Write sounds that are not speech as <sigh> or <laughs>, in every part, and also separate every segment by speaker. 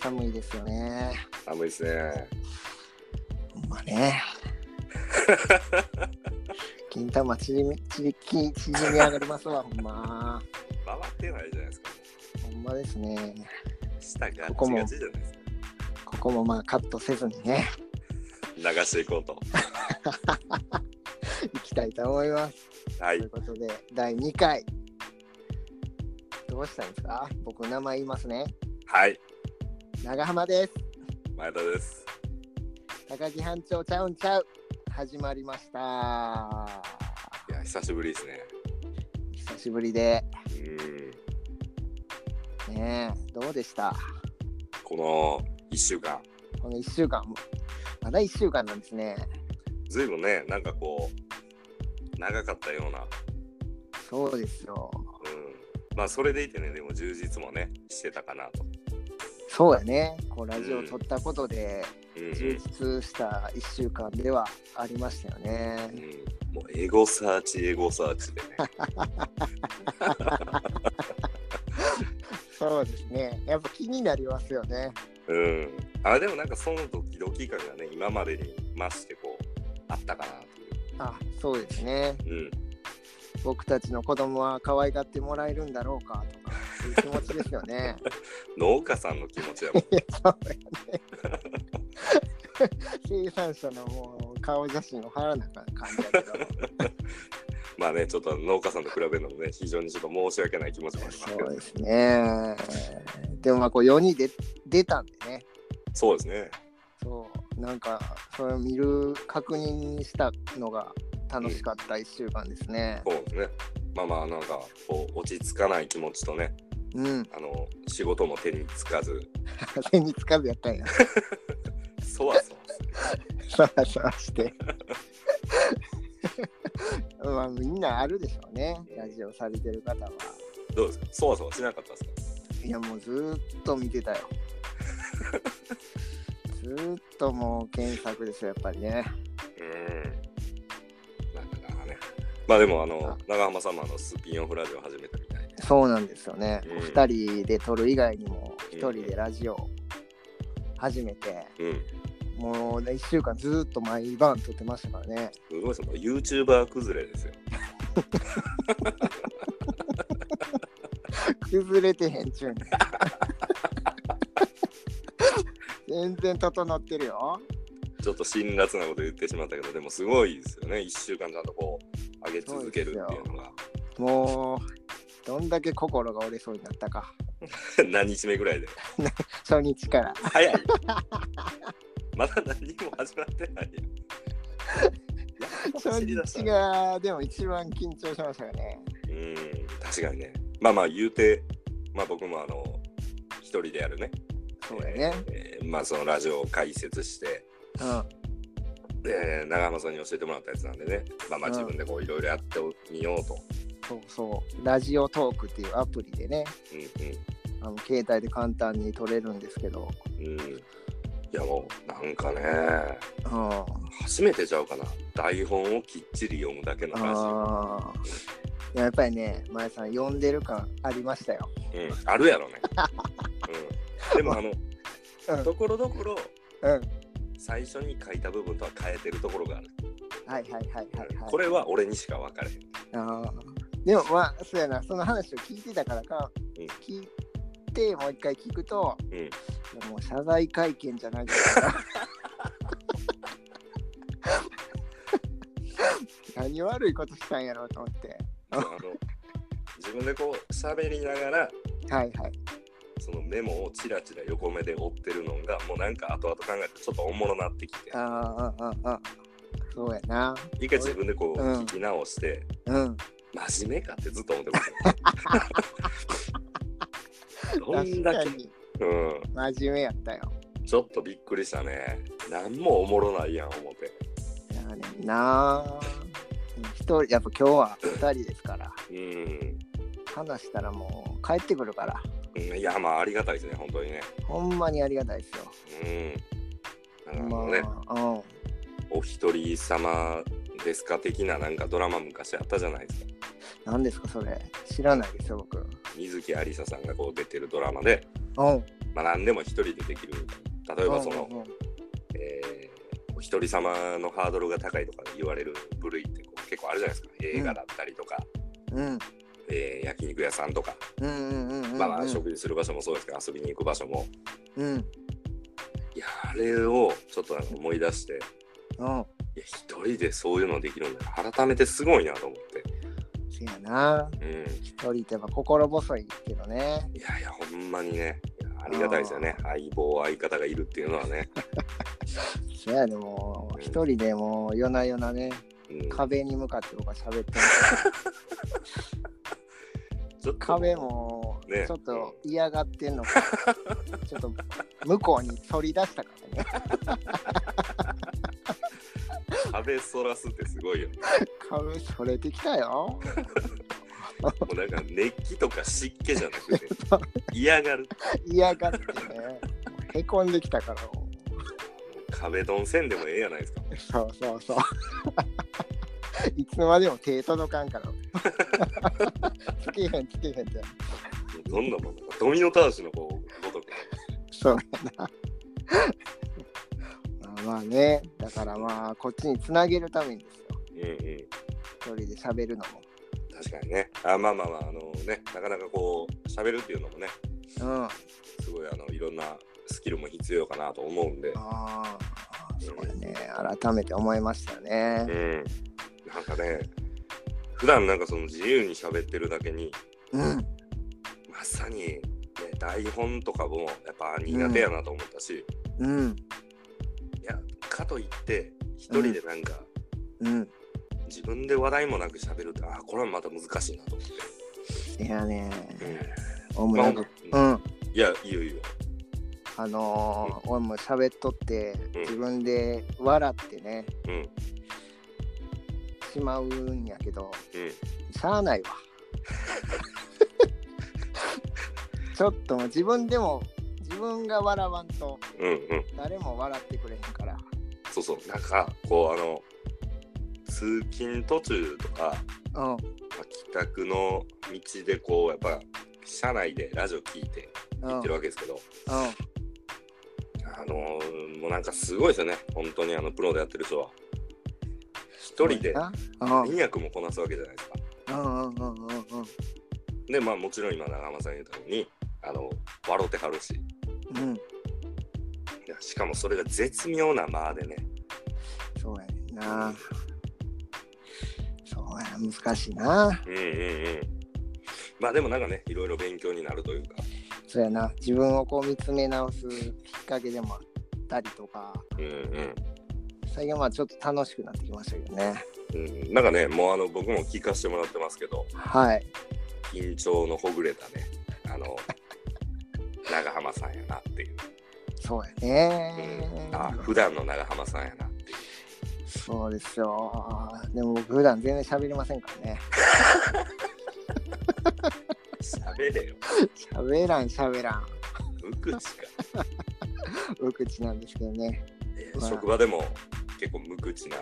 Speaker 1: 寒いですよね。
Speaker 2: 寒いですね。
Speaker 1: まあね。金玉縮み、縮み、縮み上がりますわ、ほんま。
Speaker 2: 回ってないじゃないですか。
Speaker 1: ほんまですね。
Speaker 2: 下が
Speaker 1: ここ
Speaker 2: ち
Speaker 1: も
Speaker 2: がちじゃないですか。
Speaker 1: ここもまあカットせずにね、
Speaker 2: 流していこうと。
Speaker 1: いきたいと思います。
Speaker 2: は
Speaker 1: とい。
Speaker 2: いう
Speaker 1: ことで、第2回。どうしたんですか僕、名前言いますね。
Speaker 2: はい。
Speaker 1: 長浜です。
Speaker 2: 前田です。
Speaker 1: 高木班長ちゃうんちゃう。始まりました。
Speaker 2: いや、久しぶりですね。
Speaker 1: 久しぶりで、
Speaker 2: うん。
Speaker 1: ねえ、どうでした
Speaker 2: この一週間、
Speaker 1: この1週間、まだ1週間なんですね。
Speaker 2: ずいぶんね、なんかこう、長かったような。
Speaker 1: そうですよ。
Speaker 2: うん。まあ、それでいてね、でも充実もね、してたかなと。
Speaker 1: そうやね。こうラジオを撮ったことで
Speaker 2: うん、うん。
Speaker 1: 充実した1週間ではありましたよね
Speaker 2: うん。もうエゴサーチエゴサーチでね <laughs>
Speaker 1: そうですね。やっぱ気になりますよね。
Speaker 2: うんあでもなんかそのドキドキ感がね今までに増してこうあったかなと
Speaker 1: あ、そうですね。
Speaker 2: いう、
Speaker 1: 僕たちの子供は可愛がってもらえるんだろうかとか、そういう気持ちですよ <laughs> ね。
Speaker 2: うん、農家さんの気持ちやもん
Speaker 1: いやそうやね。生産者のもう顔写真を貼らなあかん感じだけ <laughs> ど。
Speaker 2: まあねちょっと農家さんと比べるのもね非常にちょっと申し訳ない気持ちもありますけ
Speaker 1: そう
Speaker 2: ど
Speaker 1: ですね。でもまあこう世に出出たんでね。
Speaker 2: そうですね
Speaker 1: そうなんかそれを見る確認したのが楽しかった1週間ですね。
Speaker 2: そうですねまあまあなんかこう落ち着かない気持ちとね
Speaker 1: うん。
Speaker 2: あの仕事も手につかず
Speaker 1: 風につかずやったんや。
Speaker 2: そわそわする
Speaker 1: そわそわして。 <laughs> まあみんなあるでしょうね。ラジオされてる方は。
Speaker 2: どうですかそわそわしなかったですか
Speaker 1: いやもうずーっと見てたよ。ずーっともう検索ですよ、やっぱりね。
Speaker 2: うんなんかなねまあでもあの長浜さんもあのスピンオフラジオ始めたみたいで
Speaker 1: そうなんですよね。
Speaker 2: うん
Speaker 1: お二人で撮る以外にも、一人でラジオを始めて、
Speaker 2: うん
Speaker 1: もうね、1週間ずーっと毎晩撮ってましたからね。
Speaker 2: すごいですね。ユーチューバー崩れですよ。
Speaker 1: 崩れてへんちゅうねん。全然整ってるよ。
Speaker 2: ちょっと辛辣なこと言ってしまったけど、でもすごいですよね。1週間ちゃんとこう、上げ続けるっていうのが。
Speaker 1: もう、どんだけ心が折れそうになったか。
Speaker 2: <laughs> 何日目ぐらいで。
Speaker 1: 初日から。
Speaker 2: 早い。 <laughs> まだ何も始まってないやん。やっと
Speaker 1: 初
Speaker 2: 走り出し
Speaker 1: 日
Speaker 2: たな。
Speaker 1: が、でも一番緊張しましたよね。
Speaker 2: うん、確かにね。まあまあ言うて、まあ僕もあの、一人でやるね。
Speaker 1: そうやね。
Speaker 2: えーまあそのラジオを解説して、
Speaker 1: うん。
Speaker 2: で、長浜さんに教えてもらったやつなんでね。まあまあ自分でこういろいろやってみようと。
Speaker 1: そうそう。ラジオトークっていうアプリでね、
Speaker 2: うんうん。
Speaker 1: あの携帯で簡単に撮れるんですけど、
Speaker 2: うん。いやもうなんかね
Speaker 1: うん、あ
Speaker 2: 初めてちゃうかな台本をきっちり読むだけの話
Speaker 1: あーやっぱりね、前さん、呼んでる感ありましたよ。
Speaker 2: うん、あるやろね、うん、でもあの、
Speaker 1: うん
Speaker 2: ところどころ
Speaker 1: うん、はい
Speaker 2: 最初に書いた部分とは変えてるところがある、
Speaker 1: はいはいはい、はい。
Speaker 2: これは俺にしか分かれへん
Speaker 1: あーでもまあ、そうやな、その話を聞いてたからか、
Speaker 2: うん
Speaker 1: 聞いて、もう一回聞くと、
Speaker 2: うん
Speaker 1: いやもう謝罪会見じゃないですか。 <laughs> 何悪いことしたんやろうと思って。
Speaker 2: あの自分でこう喋りながら
Speaker 1: はいはい。
Speaker 2: そのメモをチラチラ横目で追ってるのがもうなんか後々考えてちょっとおもろなってきて
Speaker 1: ああああああそうやな。
Speaker 2: 一回自分でこう
Speaker 1: うん
Speaker 2: 聞き直して、
Speaker 1: うん。
Speaker 2: 真面目かってずっと思っ
Speaker 1: <laughs>
Speaker 2: てますどん
Speaker 1: 確
Speaker 2: だ
Speaker 1: か
Speaker 2: け、
Speaker 1: に
Speaker 2: うん、
Speaker 1: 真面目やったよ。
Speaker 2: ちょっとびっくりしたね何もおもろないやん思って
Speaker 1: いやねんな。一人、やっぱ今日は二人ですから。
Speaker 2: うん
Speaker 1: 話したらもう帰ってくるから。
Speaker 2: うんいやまあありがたいですね本当にね
Speaker 1: ほんまにありがたいですよ。
Speaker 2: うんなんかあ
Speaker 1: ま
Speaker 2: の
Speaker 1: あ、
Speaker 2: ね、
Speaker 1: うん。
Speaker 2: お一人様ですか的ななんかドラマ昔あったじゃないですか
Speaker 1: 何ですかそれ。知らないですよ、僕。
Speaker 2: 水木有沙さんがこう出てるドラマで
Speaker 1: うん。
Speaker 2: まあ、何でも一人でできる例えばその、
Speaker 1: うんうんうん
Speaker 2: えーお一人様のハードルが高いとか言われる部類ってこう結構あるじゃないですか映画だったりとか、
Speaker 1: うん
Speaker 2: えー焼肉屋さんとか、
Speaker 1: うんうんうんうんうん
Speaker 2: まあ、食事する場所もそうですけど遊びに行く場所も
Speaker 1: うんうん
Speaker 2: いやあれをちょっとなんか思い出して
Speaker 1: うん
Speaker 2: いや一人でそういうのできるんだから改めてすごいなと思って。
Speaker 1: せやな
Speaker 2: うん、
Speaker 1: 一人ってやっぱ心細いけどね
Speaker 2: いやいやほんまにねいやありがたいですよね相棒相方がいるっていうのはね、
Speaker 1: せやでもう一人でもう夜な夜なね
Speaker 2: うん、
Speaker 1: 壁に向かって僕は喋ってる
Speaker 2: ちょっと
Speaker 1: 壁も
Speaker 2: ね
Speaker 1: ちょっと嫌がってんの
Speaker 2: <laughs>
Speaker 1: か、ちょっと向こうに反り出したからね
Speaker 2: 壁そらすってすご
Speaker 1: <laughs>
Speaker 2: いよ
Speaker 1: 壁反れてきたよ
Speaker 2: もうなんか熱気とか湿気じゃなくて嫌がる
Speaker 1: 嫌がってねへこんできたから
Speaker 2: 壁ドンせんでもええやないですか
Speaker 1: そうそうそういつまでも手届かんからつけへんつけへんって
Speaker 2: どんなもんなんかドミノ倒しのこうごとく
Speaker 1: そうやなまあまあねだからまあこっちにつなげるためにですよ
Speaker 2: うんうん
Speaker 1: 一人で喋るのも
Speaker 2: 確かにねあまあまあまああのねなかなかこう喋るっていうのもね
Speaker 1: うんあ
Speaker 2: すごいあのいろんなスキルも必要かなと思うんで
Speaker 1: あそうやね改めて思いましたね、
Speaker 2: うんなんかね普段なんかその自由に喋ってるだけに
Speaker 1: うん、
Speaker 2: まさに、ね、台本とかもやっぱ苦手やなと思ったし、
Speaker 1: うん、
Speaker 2: いやかといって一人でなんか、
Speaker 1: うん。
Speaker 2: 自分で話題もなく喋るってあーこれはまた難しいなと思って、
Speaker 1: いやね、
Speaker 2: う
Speaker 1: 俺もなんか、うんん、
Speaker 2: いやいいよいいよ
Speaker 1: あのー、俺も喋っとって、
Speaker 2: うん
Speaker 1: 自分で笑ってね、
Speaker 2: うんうん
Speaker 1: しまうんやけど、しゃあないわ。 <laughs> ちょっともう自分でも、自分が笑わんと、
Speaker 2: うんうん
Speaker 1: 誰も笑ってくれへんから。
Speaker 2: そうそうなんかこうあの通勤途中とか、
Speaker 1: うん、
Speaker 2: まあ帰宅の道でこうやっぱ車内でラジオ聞いて
Speaker 1: うん、
Speaker 2: 行
Speaker 1: う
Speaker 2: っ
Speaker 1: ん
Speaker 2: てる、わけですけど、あのーもうなんかすごいですよね本当にあのプロでやってる人は一人で
Speaker 1: うん、うん、
Speaker 2: 2役もこなすわけじゃないですか
Speaker 1: うん、うん、うん、
Speaker 2: でまあもちろん今長濱さん言ったようにあの笑ってはるし
Speaker 1: うん、うん、
Speaker 2: いやしかもそれが絶妙な間でね
Speaker 1: そうやねんな。そうや、難しいな。
Speaker 2: うんうんうんまあでもなんかねいろいろ勉強になるというか
Speaker 1: そうやな自分をこう見つめ直すきっかけでもあったりとか
Speaker 2: うんうん
Speaker 1: 最近はまあちょっと楽しくなってきましたけどね
Speaker 2: うん、なんかね、もうあの僕も聞かせてもらってますけど、
Speaker 1: はい
Speaker 2: 緊張のほぐれたね、あの、長浜さんやなっていう、
Speaker 1: そうや
Speaker 2: う
Speaker 1: ね、
Speaker 2: ん、あ普段の長浜さんやなってい
Speaker 1: そうですよでも僕普段全然喋りませんからね <laughs>
Speaker 2: う、喋れよ、
Speaker 1: 喋らん喋らん
Speaker 2: 無口か。
Speaker 1: 無口なんですけどね
Speaker 2: え
Speaker 1: <laughs> まあ
Speaker 2: 職場でも結構無口な、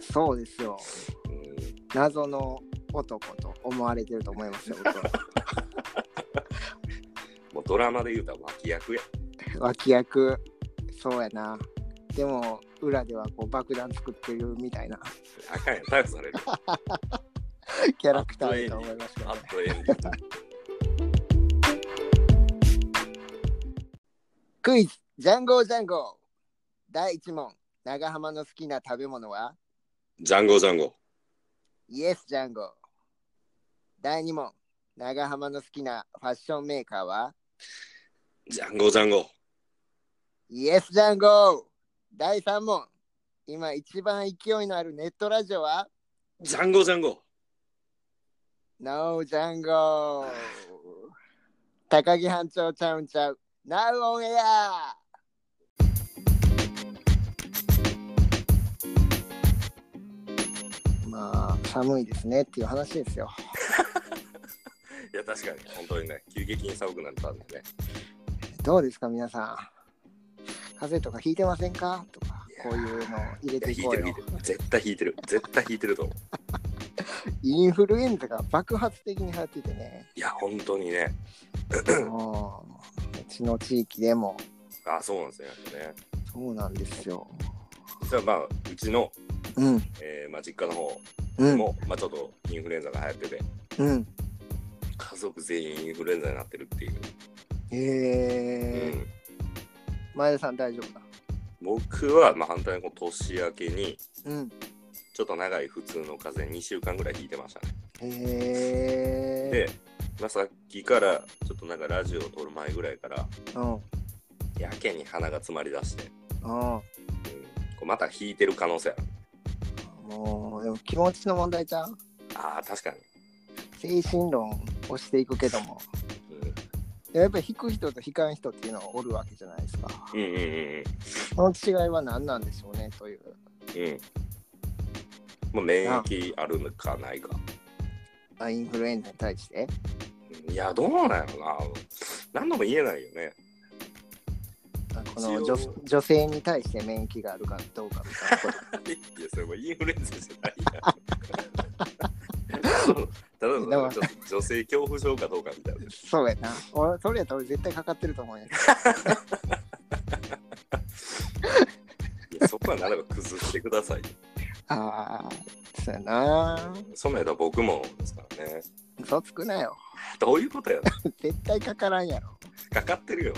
Speaker 1: そうですよ
Speaker 2: うん、
Speaker 1: 謎の男と思われてると思いますよ僕は
Speaker 2: <laughs> もうドラマで言うたら脇役や。
Speaker 1: 脇役そうやなでも裏ではこう爆弾作ってるみたいな <laughs>
Speaker 2: あかんやん、逮捕される。
Speaker 1: キャラクターだと思いますけど
Speaker 2: あ
Speaker 1: ね
Speaker 2: っとええ。
Speaker 1: クイズジャンゴージャンゴー第1問長浜の好きな食べ物は
Speaker 2: ジャンゴジャンゴ。
Speaker 1: イエスジャンゴー第2問長浜の好きなファッションメーカーは
Speaker 2: ジャンゴジャンゴ。
Speaker 1: イエスジャンゴー第3問今一番勢いのあるネットラジオは
Speaker 2: ジャンゴジャンゴ。
Speaker 1: ノージャンゴー高木班長ちゃうんちゃう Now on air まあ寒いですねっていう話ですよ
Speaker 2: いや、確かに、本当にね、急激に寒くなったんでね。
Speaker 1: どうですか皆さん風邪とかひいてませんかとかこういうのを入れてい
Speaker 2: 引い
Speaker 1: こ
Speaker 2: て
Speaker 1: う
Speaker 2: る
Speaker 1: よ
Speaker 2: 引いてる絶対引いてる絶対引いてると思う
Speaker 1: インフルエンザが爆発的に流行っててね
Speaker 2: いや本当にね
Speaker 1: もうめちの地域でも。
Speaker 2: あそうなんですね。やっぱね
Speaker 1: そうなんですよ。
Speaker 2: 実はまあ、うちの、
Speaker 1: うん、
Speaker 2: えーまあ、実家の方
Speaker 1: うん、
Speaker 2: も、まあ、ちょっとインフルエンザが流行ってて、
Speaker 1: うん。
Speaker 2: 家族全員インフルエンザになってるっていう。
Speaker 1: へえ、
Speaker 2: うん
Speaker 1: 前田さん大丈夫だ。
Speaker 2: 僕は、まあ、反対にこう年明けに、
Speaker 1: うん。
Speaker 2: ちょっと長い普通の風邪2週間ぐらい引いてましたね。
Speaker 1: へえ。
Speaker 2: で、まあ、さっきから、ちょっとなんかラジオを撮る前ぐらいから、
Speaker 1: うん、
Speaker 2: やけに鼻が詰まりだして、
Speaker 1: うん。
Speaker 2: うん、こうまた引いてる可能性ある。
Speaker 1: もう、でも気持ちの問題じゃん。
Speaker 2: ああ、確かに。
Speaker 1: 精神論をしていくけども。
Speaker 2: うん
Speaker 1: やっぱり引く人と引かん人っていうのはおるわけじゃないですか。
Speaker 2: うんうんうん
Speaker 1: その違いは何なんでしょうねという。
Speaker 2: うん。うんまあ、免疫あるのかないか。
Speaker 1: あインフルエンザに対して。
Speaker 2: いや、どうなんやろな。何度も言えないよね。 <laughs>
Speaker 1: あこの
Speaker 2: 一応
Speaker 1: 女女性に対して免疫があるかどうか <laughs> みたいなこと。
Speaker 2: いや、それもインフルエンザじゃないやん <laughs> そうただのなんかちょっと女性恐怖症かどうかみたいな。
Speaker 1: そうやな。俺、それやったら俺絶対かかってると思うよ。
Speaker 2: いやそこはなんとか崩してくださいよ。
Speaker 1: ああ、そうやな。
Speaker 2: そんなんやったら僕もですからね。
Speaker 1: 嘘つくなよ。
Speaker 2: どういうことやろ
Speaker 1: 絶対かからんやろ。
Speaker 2: かかってる
Speaker 1: <laughs>
Speaker 2: よ。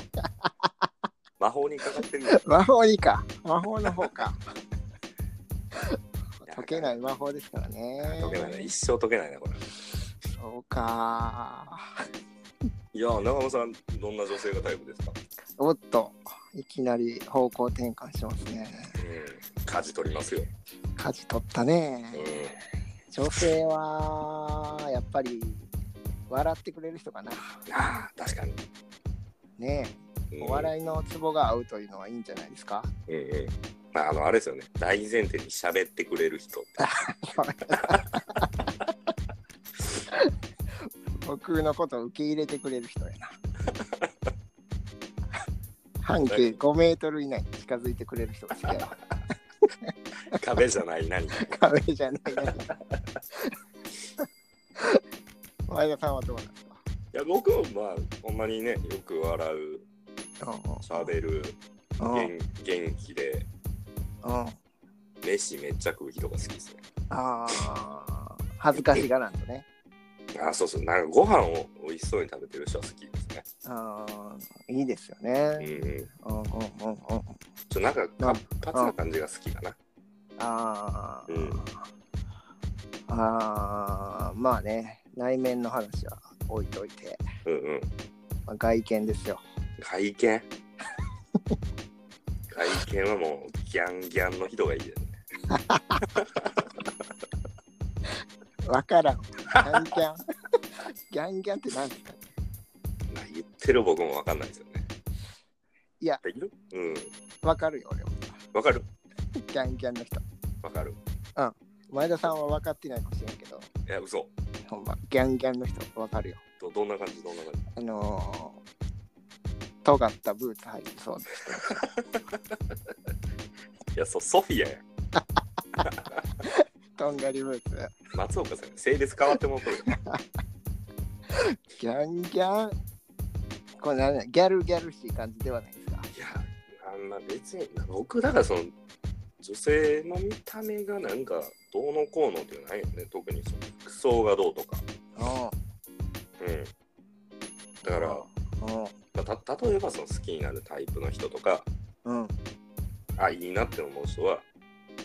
Speaker 2: 魔法にかかってるよ。
Speaker 1: 魔法にか。魔法の方か。解けない魔法ですからね。
Speaker 2: 解けないな。一生解けないな、これ。
Speaker 1: そうか。
Speaker 2: いや、長尾さん、どんな女性がタイプですか
Speaker 1: おっと、いきなり方向転換しますね。
Speaker 2: うん。舵取りますよ。
Speaker 1: 舵取ったね。
Speaker 2: う
Speaker 1: 女性は、やっぱり、笑ってくれる人かな。
Speaker 2: ん。ああ、確かに。
Speaker 1: ねえ、お笑いのツボが合うというのはいいんじゃないですか。
Speaker 2: い。うんうん。まあ、あの、あれですよね。大前提に喋ってくれる人。
Speaker 1: 僕のことを受け入れてくれる人や <laughs> な。半径5メートル以内に近づいてくれる人が好きやな。
Speaker 2: 壁じゃない何か。
Speaker 1: 壁じゃない何か。前田さんはどうなんですか
Speaker 2: いや、僕もまあ、ほんまにね、よく笑う、喋る、
Speaker 1: うんうん
Speaker 2: 元元気で、
Speaker 1: うん
Speaker 2: 飯めっちゃ食う人が好きですね。
Speaker 1: ああ、恥ずかしがらんとね。
Speaker 2: あーそうそう、なんかご飯を美味しそうに食べてる人は好きですね。
Speaker 1: あーいいですよ
Speaker 2: うん
Speaker 1: ね。
Speaker 2: う
Speaker 1: うんうんうん
Speaker 2: ん。
Speaker 1: うん。
Speaker 2: ちょなんか活発な感じが好きかな。
Speaker 1: ああ、
Speaker 2: うん
Speaker 1: ああ、まあね、内面の話は置いといて、
Speaker 2: うんうん。
Speaker 1: まあ、外見ですよ。
Speaker 2: 外見 <laughs> 外見はもうギャンギャンの人がいいですね。
Speaker 1: わからん。ギャンギャン。ギャンギャンって何ですか
Speaker 2: まあ、言ってる僕もわかんないですよね。
Speaker 1: いや
Speaker 2: できるうん。
Speaker 1: わかるよ、俺は。
Speaker 2: わかる
Speaker 1: ギャンギャンの人。
Speaker 2: わかる。
Speaker 1: 前田さんは分かってないかもしれんけど、
Speaker 2: いや、嘘。
Speaker 1: ほんま、ギャンギャンの人わかるよ。
Speaker 2: どどんな感じどんな感じ
Speaker 1: あのー、尖ったブーツ履いてそうです。
Speaker 2: いや、そう、ソフィアや。
Speaker 1: とんがりブーツ。
Speaker 2: 松岡さん、性別変わってもうとるよ。
Speaker 1: ギャンギャン。これ何だギャルギャルしい感じではないですか。
Speaker 2: いや、あんな別に、僕、だからその、女性の見た目がなんか、どうのこうのっていうのはないよね。特にその服装がどうとか。うん。だから、まあ、た例えばその好きになるタイプの人とか、
Speaker 1: うん。うん。
Speaker 2: あ、いいなって思う人は、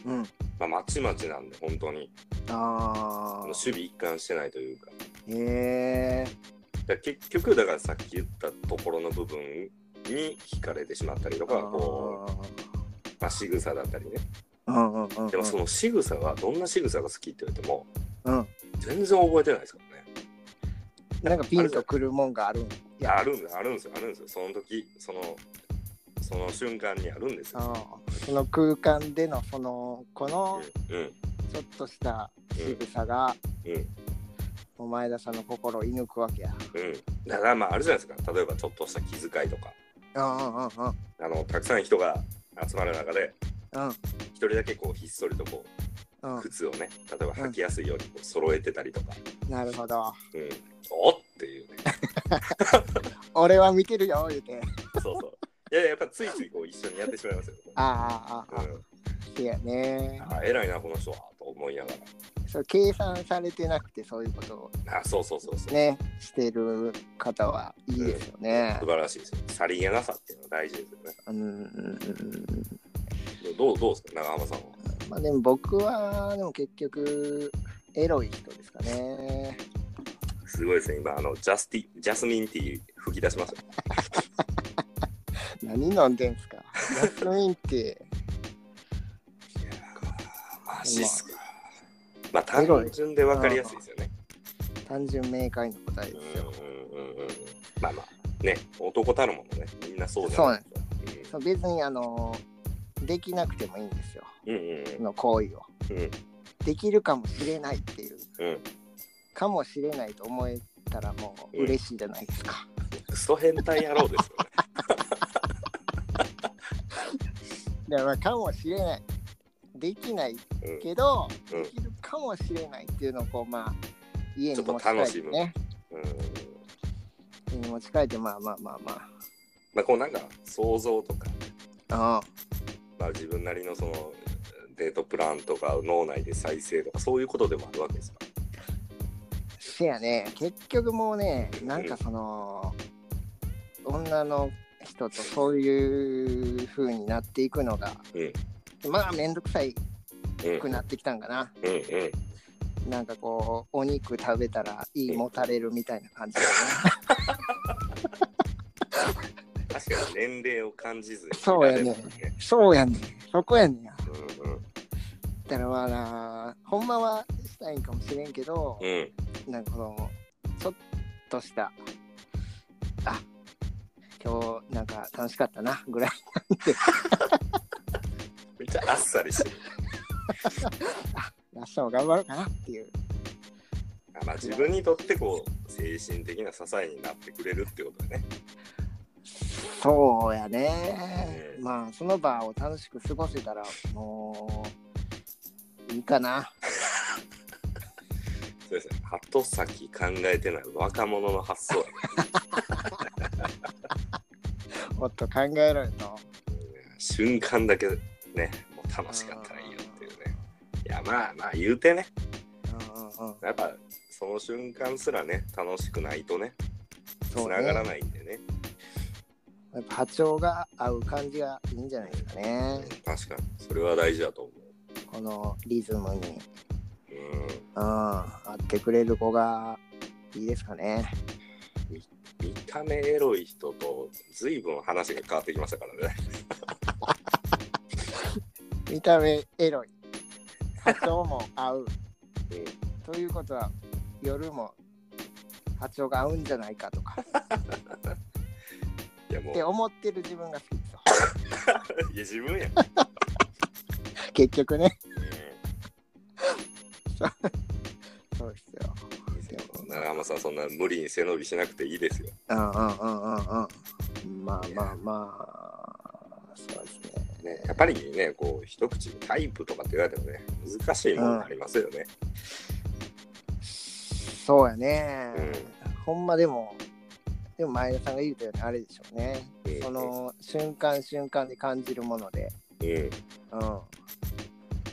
Speaker 1: うん。
Speaker 2: まあ、まちまちなんで、本当に。
Speaker 1: ああ。
Speaker 2: 守備一貫してないというか。
Speaker 1: へえ。
Speaker 2: だから結局、だからさっき言ったところの部分に惹かれてしまったりとか、こう、まあ、仕草だったりね。
Speaker 1: うんうんうん。
Speaker 2: でもその仕草はどんな仕草が好きって言われても
Speaker 1: うん。
Speaker 2: 全然覚えてないですからね。
Speaker 1: なんかピンとくるもんがあるん
Speaker 2: いやあるんですあるんですよあるんですよその時そのその瞬間にあるんですよ。
Speaker 1: あーその空間でのそのこの
Speaker 2: うんうん
Speaker 1: ちょっとした仕草が
Speaker 2: うんうん
Speaker 1: お前田さんの心を射抜くわけや。
Speaker 2: だからまああるじゃないですか例えばちょっとした気遣いとか
Speaker 1: うんうんうん
Speaker 2: あのたくさん人が集まる中で
Speaker 1: うん
Speaker 2: 一人だけこうひっそりとこ
Speaker 1: うん
Speaker 2: う靴をね例えば履きやすいようにこう揃えてたりとか、
Speaker 1: うん。なるほど。
Speaker 2: うん、おっっていうね
Speaker 1: 俺は見てるよ言うて。
Speaker 2: いやいや、やっぱついついこう一緒にやってしまいますよ。
Speaker 1: ああ、ああ、
Speaker 2: う
Speaker 1: あ
Speaker 2: ん、
Speaker 1: あ、いやね。
Speaker 2: あ偉いな、この人はと思いなが
Speaker 1: そう、計算されてなくて、そういうことを
Speaker 2: ら。あそうそうそうそう、
Speaker 1: ね、してる方はいいですよね
Speaker 2: 素。晴らしいですよ。さりげなさっていうのは大事ですよね。
Speaker 1: うん、うん、うん。
Speaker 2: どうどうですか、長浜さんは。
Speaker 1: まあでも僕は、でも結局、エロい人ですかね。
Speaker 2: すごいですね、今、あのジャスティジャスミンティー吹き出しますよ。
Speaker 1: 何飲んでんすかジャスミンテ
Speaker 2: いやーマジっすか。まあ、単純で分かりやすいですよね。
Speaker 1: ィー、単純明快な答えですよ。
Speaker 2: うんうんうんうんまあまあ、ね、男たるものね、みんなそうじゃないです
Speaker 1: そ
Speaker 2: か。
Speaker 1: う別に、あの、できなくてもいいんですよ。
Speaker 2: うんうんうん
Speaker 1: の行為を。
Speaker 2: うん
Speaker 1: できるかもしれないっていう。
Speaker 2: うん
Speaker 1: かもしれないと思えたらもう嬉しいじゃないですか。
Speaker 2: クソ変態野郎ですよね。
Speaker 1: だからかもしれない。できない
Speaker 2: うん
Speaker 1: <laughs> けど、
Speaker 2: うん
Speaker 1: できるかもしれないっていうのをこうまあ家
Speaker 2: ちょ
Speaker 1: に
Speaker 2: っと
Speaker 1: 持ち帰
Speaker 2: 楽
Speaker 1: っ
Speaker 2: してむ
Speaker 1: ね。
Speaker 2: うん
Speaker 1: 家に持ち帰ってまあまあまあ
Speaker 2: まあ、こうなんか想像とか、
Speaker 1: まあ。
Speaker 2: まあ、自分なりのそのデートプランとか脳内で再生とかそういうことでもあるわけですか
Speaker 1: せやね結局もうねなんかその、女の人とそういう風になっていくのが、まあ面倒くさい
Speaker 2: うんうん
Speaker 1: くなってきたんかな。
Speaker 2: うんうん
Speaker 1: なんかこうお肉食べたらいいもたれるみたいな <laughs> 感じでね。
Speaker 2: 確かに年齢を感じずに
Speaker 1: そうやね
Speaker 2: いられますね
Speaker 1: そうやねんそこやねん。だ
Speaker 2: うんうん
Speaker 1: からまあなほんまはしたいんかもしれんけど、
Speaker 2: うん
Speaker 1: なんかこのちょっとしたあ今日なんか楽しかったなぐらい
Speaker 2: めっちゃあっさりしてる
Speaker 1: 明日も頑張ろうかなっていう
Speaker 2: あまあ自分にとってこう精神的な支えになってくれるってことでね
Speaker 1: そうやね
Speaker 2: ええ
Speaker 1: まあその場を楽しく過ごせたらもういいかな
Speaker 2: そうですね後先考えてない若者の発想やね
Speaker 1: もっと考えろよと
Speaker 2: 瞬間だけねもう楽しかったらいいよっていうねいやまあまあ言うてね
Speaker 1: うんうんうん
Speaker 2: やっぱその瞬間すらね楽しくないとね
Speaker 1: そ
Speaker 2: 繋
Speaker 1: う
Speaker 2: がら
Speaker 1: ね
Speaker 2: ないんでね
Speaker 1: やっぱ波長が合う感じがいいんじゃないですかね
Speaker 2: 確かにそれは大事だと思う
Speaker 1: このリズムに
Speaker 2: う
Speaker 1: う
Speaker 2: ん
Speaker 1: ん合ってくれる子がいいですかね
Speaker 2: 見た目エロい人と随分話が変わってきましたからね
Speaker 1: 見た目エロい波長も合
Speaker 2: <laughs>
Speaker 1: う
Speaker 2: うん
Speaker 1: ということは夜も波長が合うんじゃないかとかっ
Speaker 2: いやもう
Speaker 1: て思ってる自分が好きですよ
Speaker 2: いや自分
Speaker 1: <laughs>
Speaker 2: やん、
Speaker 1: 結局ねそうですよ
Speaker 2: うん、長浜さんそんな無理に背伸びしなくていいですよ
Speaker 1: うんうんうんうんうんまあまあまあそうですね
Speaker 2: ねやっぱりねこう一口にタイプとかって言われてもね難しいものになりますよね、
Speaker 1: そうやね、
Speaker 2: う
Speaker 1: ほんまでもでも前田さんが言うたようにあれでしょうね、
Speaker 2: うん
Speaker 1: その瞬間瞬間で感じるもので
Speaker 2: うん
Speaker 1: うん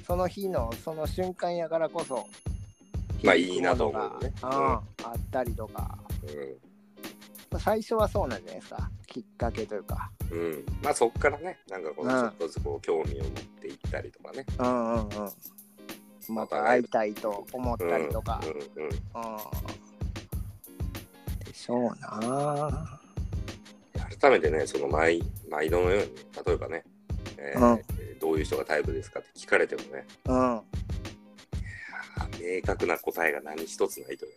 Speaker 1: その日のその瞬間やからこそ
Speaker 2: まあいいなと思うよね
Speaker 1: 響くものがうんあったりとか、
Speaker 2: うん
Speaker 1: まあ最初はそうなんじゃないですかきっかけというか
Speaker 2: うん、まあそっからねなんかこの
Speaker 1: うん
Speaker 2: ちょっとずつこう興味を持っていったりとかね、
Speaker 1: うんうんうんまた会いたいと思っ
Speaker 2: うん、
Speaker 1: たりとか、
Speaker 2: うんうんい
Speaker 1: うんでしょうな
Speaker 2: や改めてねその毎毎度のように例えばね、えー
Speaker 1: うん
Speaker 2: どういう人がタイプですかって聞かれてもね
Speaker 1: うん
Speaker 2: あ明確な答えが何一つないという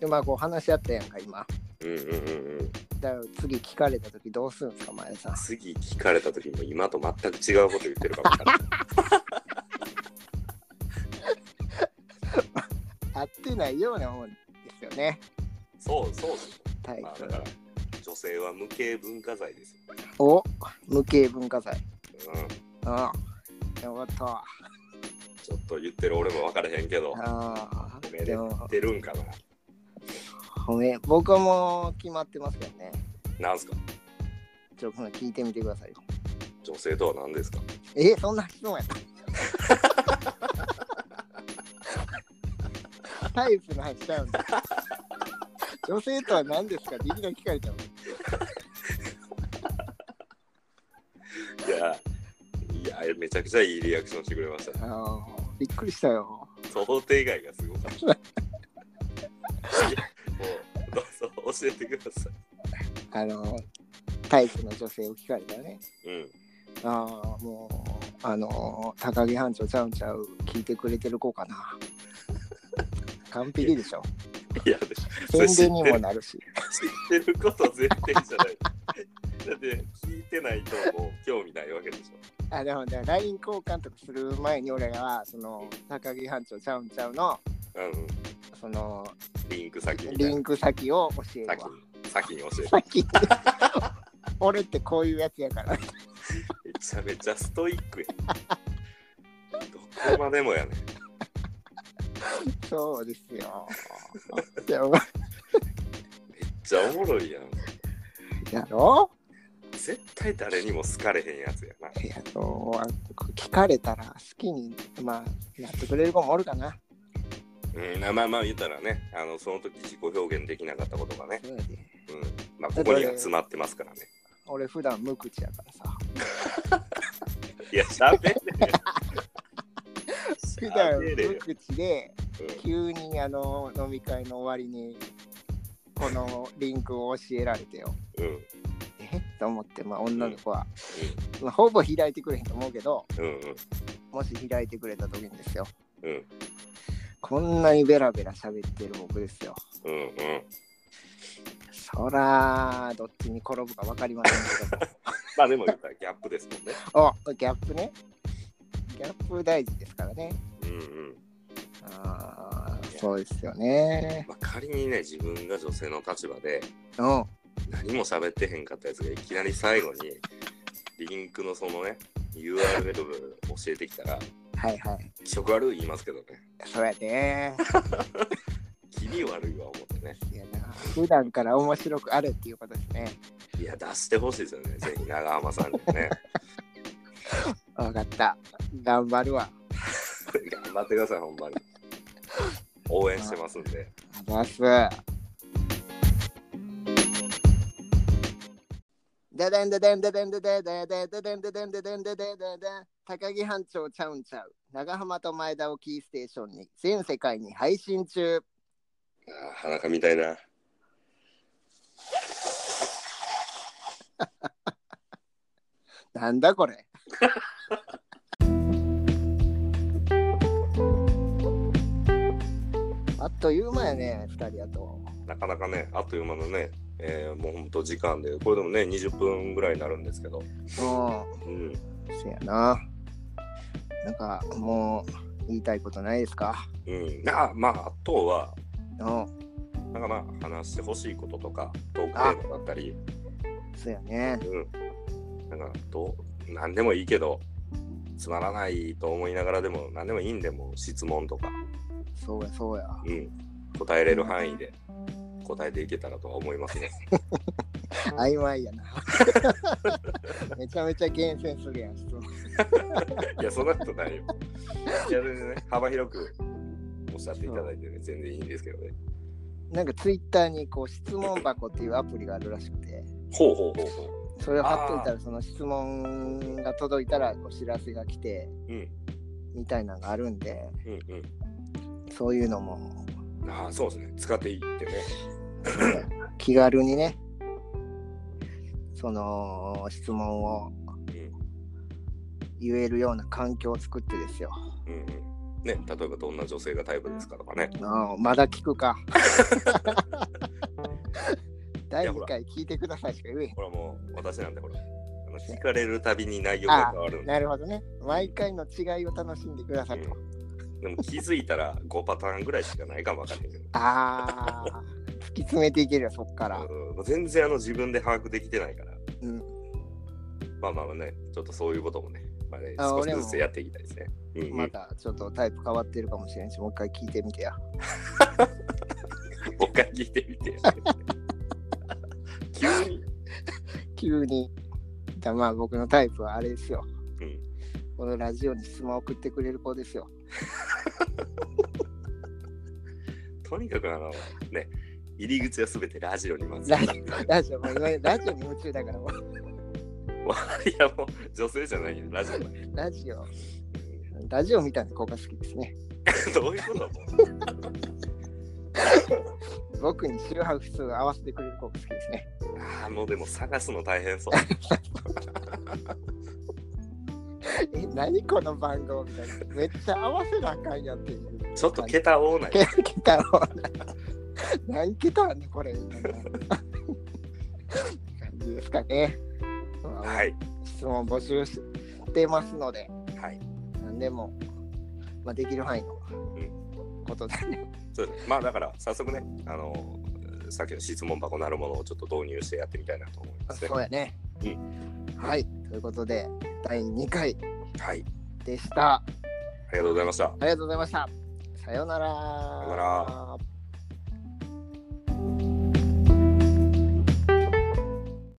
Speaker 1: でまあこう話し合ったやんか今
Speaker 2: ねうんうんうんうん
Speaker 1: だから次聞かれた時どうするんですか前田さん
Speaker 2: 次聞かれた時も今と全く違うこと言ってるかもしれない
Speaker 1: <laughs> 合ってないようなもんですよね
Speaker 2: そうそうです
Speaker 1: タイ
Speaker 2: まあ
Speaker 1: プ
Speaker 2: だから女性は無形文化財ですよ、
Speaker 1: お無形文化財
Speaker 2: うん、
Speaker 1: うんよかった
Speaker 2: ちょっと言ってる俺も分からへんけど
Speaker 1: あ
Speaker 2: 褒め
Speaker 1: あ、
Speaker 2: れ
Speaker 1: でも、
Speaker 2: てるんかな
Speaker 1: 褒め、僕はもう決まってますけどね。
Speaker 2: なんすか
Speaker 1: ちょっと聞いてみてくださいよ。
Speaker 2: 女性とは何ですか
Speaker 1: えー、そんな質問や
Speaker 2: <laughs>
Speaker 1: った。タイプの話しちゃうんだ。女性とは何ですかっていきなり聞かれちゃう。
Speaker 2: いや、いや、めちゃくちゃいいリアクションしてくれましたね。
Speaker 1: あのーびっくりしたよ。
Speaker 2: 想定外がすごかった。
Speaker 1: <laughs>
Speaker 2: もう、どうぞ教えてくださ
Speaker 1: あのータイプの女性を聞かれたらね。
Speaker 2: い。うん。
Speaker 1: ああ、もう、あのー高木班長ちゃうちゃう、聞いてくれてる子か
Speaker 2: <laughs>
Speaker 1: な。完璧でしょ。
Speaker 2: いや、でしそれ知
Speaker 1: 宣伝
Speaker 2: っ
Speaker 1: に
Speaker 2: て
Speaker 1: も
Speaker 2: る
Speaker 1: なるし。
Speaker 2: 知ってること前提じゃない。だって、聞いてないともう興味ないわけでしょ。
Speaker 1: あでもね、LINE 交換とかする前に俺らは、その、高木班長ちゃうんちゃうの、
Speaker 2: うん。
Speaker 1: その、
Speaker 2: リンク先みた
Speaker 1: リ
Speaker 2: い
Speaker 1: ンク先を教える
Speaker 2: な。
Speaker 1: わ
Speaker 2: 先。に、先に教えて。
Speaker 1: 先に俺ってこういうやつやから。 <laughs>
Speaker 2: めちゃめちゃストイックや。どこまでもやね。
Speaker 1: そうですよ。でも、
Speaker 2: めっちゃおもろいやん。
Speaker 1: やろ
Speaker 2: 絶対誰にも好かれへんやつやな。
Speaker 1: いやそうあ聞かれたら好きに、まあ、なってくれる子もおるかな。
Speaker 2: うん、まあまあ言ったらね、あのその時自己表現できなかったことがね、
Speaker 1: そうやで
Speaker 2: うん、まあここには詰まってますからね。
Speaker 1: 俺普段無口やからさ。
Speaker 2: いや、喋れよ。
Speaker 1: <laughs> 普段
Speaker 2: 喋れよ
Speaker 1: 無。口で、
Speaker 2: うん
Speaker 1: 急にあの飲み会の終わりに、このリンクを教えられてよ。
Speaker 2: うん
Speaker 1: えと思って、まあ、女の子は、まあ、ほぼ開いてくれへんと思うけど
Speaker 2: うん
Speaker 1: もし開いてくれた時にですよ
Speaker 2: うんうん
Speaker 1: こんなにベラベラ喋ってる僕ですよ
Speaker 2: うんうん。
Speaker 1: そらどっちに転ぶか分かりませんけど
Speaker 2: まあでも言ったらギャップですもんね。
Speaker 1: おギャップねギャップ大事ですからね
Speaker 2: うんうん。
Speaker 1: あーそうですよね
Speaker 2: まあ仮にね、自分が女性の立場で
Speaker 1: うん
Speaker 2: 何も喋ってへんかったやつがいきなり最後にリンクのそのね、URL 教えてきたら
Speaker 1: はいはい
Speaker 2: 気色悪い言いますけどね。
Speaker 1: そうやで
Speaker 2: 気味悪いわ思ってね。
Speaker 1: いやな普段から面白くあるっていうことですね
Speaker 2: いや、出してほしいですよね。ぜひ長浜さんにね。 <laughs>
Speaker 1: 分かった頑張るわ
Speaker 2: 頑張ってください、ほんまに。応援してますんで。
Speaker 1: あざっす。ででんででんででんででででででんででんででんでででで高木班長ちゃうんちゃう長浜と前田をキーステーションに全世界に配信中
Speaker 2: あー裸みたいな。
Speaker 1: なんだこれあっという間やね2人やと
Speaker 2: なかなかね、あっという間のね、えーもうほんと時間で、これでもね、20分ぐらいになるんですけど、
Speaker 1: う
Speaker 2: うん、
Speaker 1: んせやななんかもう言いたいことないですか
Speaker 2: うん、あまあ、あとは、
Speaker 1: うん
Speaker 2: なんかまあ、話してほしいこととか、トークテーマだったり、
Speaker 1: そうやね
Speaker 2: うん、なんかどう、なんでもいいけど、つまらないと思いながらでも、なんでもいいんで、もう質問とか、
Speaker 1: そうやそう
Speaker 2: <laughs>
Speaker 1: や。
Speaker 2: うん、答えれる範囲で答えていけたらとは思い <laughs> ますね。
Speaker 1: 曖昧やな。 <laughs> めちゃめちゃ厳選するやん、質問。
Speaker 2: いや、そんなことないよ。いや、全然ね、幅広くおっしゃっていただいてね、全然いいんですけどね。
Speaker 1: なんかツイッターにこう質問箱っていうアプリがあるらしくて、
Speaker 2: ほうほうほうほ
Speaker 1: それを貼っといたら、その質問が届いたらお知らせが来て、
Speaker 2: う。うん、
Speaker 1: みたいなのがあるんで、
Speaker 2: うん、うん。
Speaker 1: そういうのも
Speaker 2: ああそうですね使っていいってね
Speaker 1: 気軽にね、その質問を言えるような環境を作ってですよ。
Speaker 2: うんうんうんね例えばどんな女性がタイプですかとかね
Speaker 1: ああまだ聞く
Speaker 2: <laughs>
Speaker 1: か。第2回聞いてくださいしか言えへん
Speaker 2: ほらもう私なんでほらあの聞かれるたびに内容が変わるんで
Speaker 1: なるほどね。毎回の違いを楽しんでくださいと。
Speaker 2: うんでも気づいたら5パターンぐらいしかないかもわかんないけど
Speaker 1: ああ、突き詰めていけるよ、そっから。
Speaker 2: うん全然あの自分で把握できてないから
Speaker 1: うん。
Speaker 2: まあまあねちょっとそういうこともね,、まあ、ね
Speaker 1: あ
Speaker 2: 少し
Speaker 1: 俺も
Speaker 2: ずつやっていきたいですねうんうん、
Speaker 1: ま
Speaker 2: <laughs>
Speaker 1: たちょっとタイプ変わってるかもしれんし、もう一回聞いてみてや。 <laughs>
Speaker 2: もう一回聞いてみて急に
Speaker 1: 急に。ゃあまあ僕のタイプはあれですよ。
Speaker 2: うん
Speaker 1: このラジオに質問を送ってくれる子ですよ。
Speaker 2: とにかくあのね入り口はすべてラジオにまず
Speaker 1: ラジオ、ラジオ、もう今ラジオに夢中だから、もう
Speaker 2: いやもう女性じゃないよラジオうん
Speaker 1: ラジオ、ラジオみたいな子が好きですね。
Speaker 2: どういう
Speaker 1: <laughs>
Speaker 2: ことだも
Speaker 1: 僕に周波数を合わせてくれる子が好きですね。 <laughs>
Speaker 2: うあーもうでも探すの大変そう
Speaker 1: え、何この番号みたいな。めっちゃ合わせなあかんやんっていう。
Speaker 2: ちょっと桁多ない
Speaker 1: け桁を。 <laughs> 何桁あんねんこれみたいな。 <laughs> 感じですかね。。
Speaker 2: はいい
Speaker 1: 質問募集してますので、
Speaker 2: はい
Speaker 1: 何でも、まあ、できる範囲のことだね。
Speaker 2: そうですまあだから早速ねあのさっきの質問箱なるものをちょっと導入してやってみたいなと思いますね
Speaker 1: そうやね。
Speaker 2: う
Speaker 1: はい。ということで、第2回
Speaker 2: はい
Speaker 1: でした。
Speaker 2: ありがとうございました
Speaker 1: ありがとうございました。さようなら。
Speaker 2: ようなら